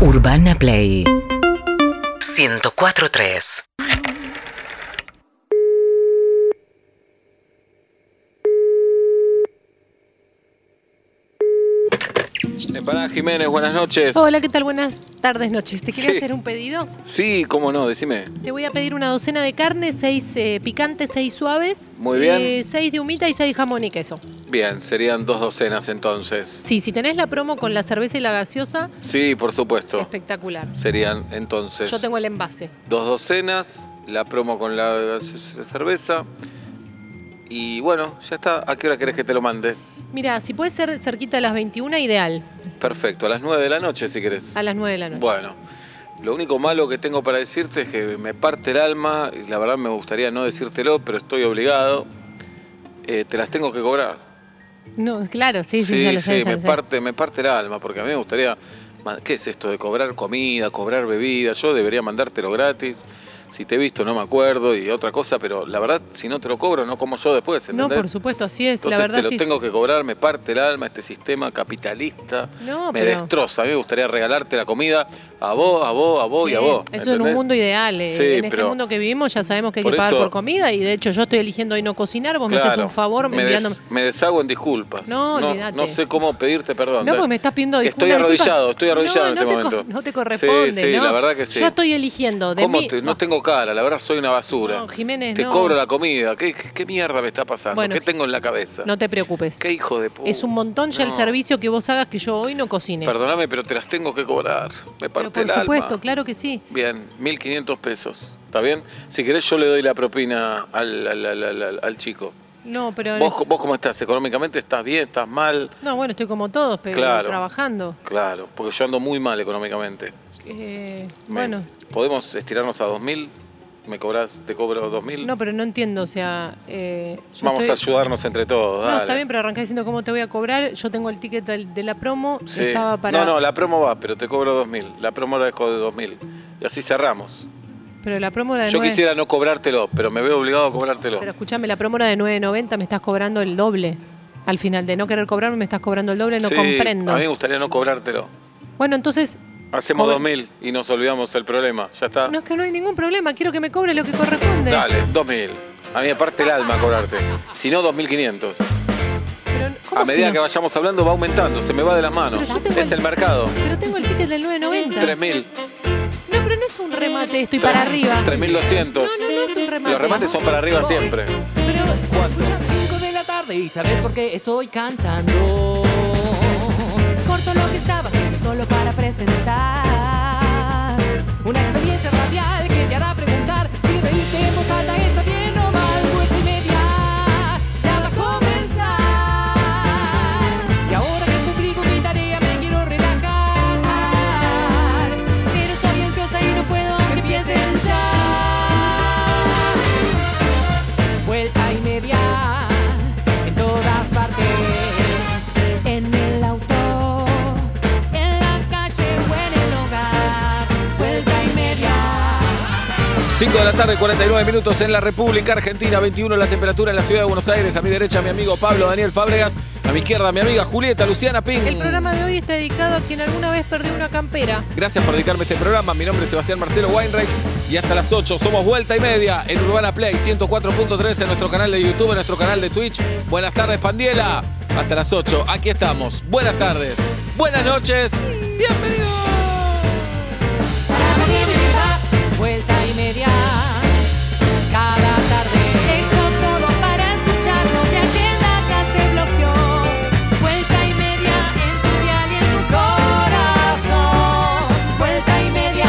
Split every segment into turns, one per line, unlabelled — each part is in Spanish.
Urbana Play 104.3
Eh, Pará, Jiménez, buenas noches.
Hola, ¿qué tal? Buenas tardes, noches. ¿Te quería
Sí.
hacer un pedido?
Sí, cómo no, decime.
Te voy a pedir una docena de carne, seis eh, picantes, seis suaves.
Muy bien.
eh, seis de humita y seis jamón y queso.
Bien, serían dos docenas entonces.
Sí, si tenés la promo con la cerveza y la gaseosa,
Sí, por supuesto.
espectacular.
Serían entonces
Yo tengo el envase.
dos docenas, la promo con la cerveza. Y bueno, ya está. ¿A qué hora querés que te lo mande?
Mira, si puede ser cerquita de las 21, ideal.
Perfecto, a las 9 de la noche si querés.
A las 9 de la noche.
Bueno, lo único malo que tengo para decirte es que me parte el alma. y La verdad me gustaría no decírtelo, pero estoy obligado. Eh, te las tengo que cobrar.
No, claro, sí, sí,
Sí,
ya lo sé,
sí,
ya
me
lo sé.
parte, me parte el alma, porque a mí me gustaría. ma- ¿Qué es esto de cobrar comida, cobrar bebida? Yo debería mandártelo gratis. Si te he visto, no me acuerdo y otra cosa, pero la verdad, si no te lo cobro, no como yo después,
No,
¿entendés?
por supuesto, así es.
Entonces
la verdad,
te lo
sí.
tengo que cobrar, me parte el alma este sistema capitalista.
No,
me
pero.
destroza. A mí me gustaría regalarte la comida a vos, a vos, a vos y
Sí,
a vos.
Eso en un
¿entendés?
mundo ideal. eh,
Sí,
en este
pero-
mundo que vivimos ya sabemos que hay que
Por
pagar
eso-
por comida y de hecho yo estoy eligiendo hoy no cocinar, vos me haces
Claro,
un favor
me, des-
enviándome...
me deshago en disculpas.
No,
no,
olvídate.
no sé cómo pedirte perdón.
No,
Dale.
porque me estás pidiendo discu-
Estoy
una disculpa.
arrodillado, estoy arrodillado
no,
en
no
este
te co-
momento.
no te corresponde,
Sí, sí,
¿no?
la verdad que sí.
Yo estoy eligiendo de
¿Cómo
mí.
te- no tengo cara, la verdad soy una basura.
No, Jiménez,
te
Eh, no.
cobro la comida. ¿Qué, qué- qué mierda me está pasando?
Bueno,
¿Qué tengo en la cabeza?
No te preocupes.
¿Qué hijo de puta?
Es un montón ya el
No.
servicio que vos hagas que yo hoy no cocine.
Perdóname, pero te las tengo que cobrar. Me
Pero
parte
por
el alma.
supuesto, claro que sí.
Bien, 1.500 pesos. ¿Está bien? Si querés, yo le doy la propina al, al- al- al- al- al chico.
No, pero
¿Vos, ¿Vos cómo estás? ¿Económicamente estás bien? ¿Estás mal?
no, bueno, estoy como todos, pero
Claro.
trabajando.
Claro, porque yo ando muy mal económicamente.
Eh,
Me-
bueno,
¿Podemos estirarnos a 2.000? ¿Me cobras? ¿Te cobro 2.000?
no, pero no entiendo, o sea, eh, yo
Vamos
estoy-
a ayudarnos entre todos.
No,
dale.
está bien, pero arrancás diciendo cómo te voy a cobrar. Yo tengo el ticket del- de la promo,
Sí.
estaba para
No, no, la promo va, pero te cobro 2.000. La promo era de co- de 2.000. Y así cerramos.
pero la promo era de
Yo
nueve-
quisiera no cobrártelo, pero me veo obligado a cobrártelo.
Pero escúchame, la promo era de 9.90, me estás cobrando el doble. Al final de no querer cobrarme, me estás cobrando el doble, no
Sí,
comprendo.
A mí me gustaría no cobrártelo.
Bueno, entonces,
Hacemos
Cobra-
2.000 y nos olvidamos el problema. ¿Ya está?
no es que no hay ningún problema, quiero que me cobre lo que corresponde.
Dale, 2.000. A mí me parte el alma cobrarte. Si no, 2.500.
Pero, ¿cómo
A
si
medida
no?
que vayamos hablando va aumentando, se me va de las manos.
Pero yo tengo
Es
el-
el mercado.
Pero tengo el ticket del 9.90.
3.000.
No, pero no es un remate esto y para arriba.
3.200.
No, no, no es un remate.
Los remates son para arriba siempre.
Pero, escucha,
5 de la tarde y sabes por qué estoy cantando.
Corto lo que estaba haciendo solo para presentar.
Una experiencia radial que te hará preguntar si reírte en voz alta está bien o mal. Vuelta y media ya va a comenzar. Y ahora que publico mi tarea me quiero relajar.
Pero soy ansiosa y no puedo que empiecen ya.
Vuelta y media en todas partes.
En el auto, en la calle o en el hogar. Vuelta y media.
5 de la tarde, 49 minutos en la República Argentina, 21 la temperatura en la ciudad de Buenos Aires. A mi derecha, mi amigo Pablo Daniel Fábregas. A mi izquierda, mi amiga Julieta Luciana Ping.
el programa de hoy está dedicado a quien alguna vez perdió una campera.
Gracias por dedicarme este programa. Mi nombre es Sebastián Marcelo Weinreich. Y hasta las 8 somos vuelta y media en Urbana Play 104.3 en nuestro canal de YouTube, en nuestro canal de Twitch. Buenas tardes, Pandiela. Hasta las 8, aquí estamos. Buenas tardes, buenas noches, bienvenidos.
Vuelta y media cada tarde.
Dejo todo para escucharlo. Mi agenda ya se bloqueó. Vuelta y media en tu dial y en tu corazón. Vuelta y media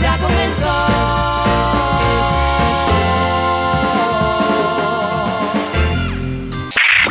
ya comenzó.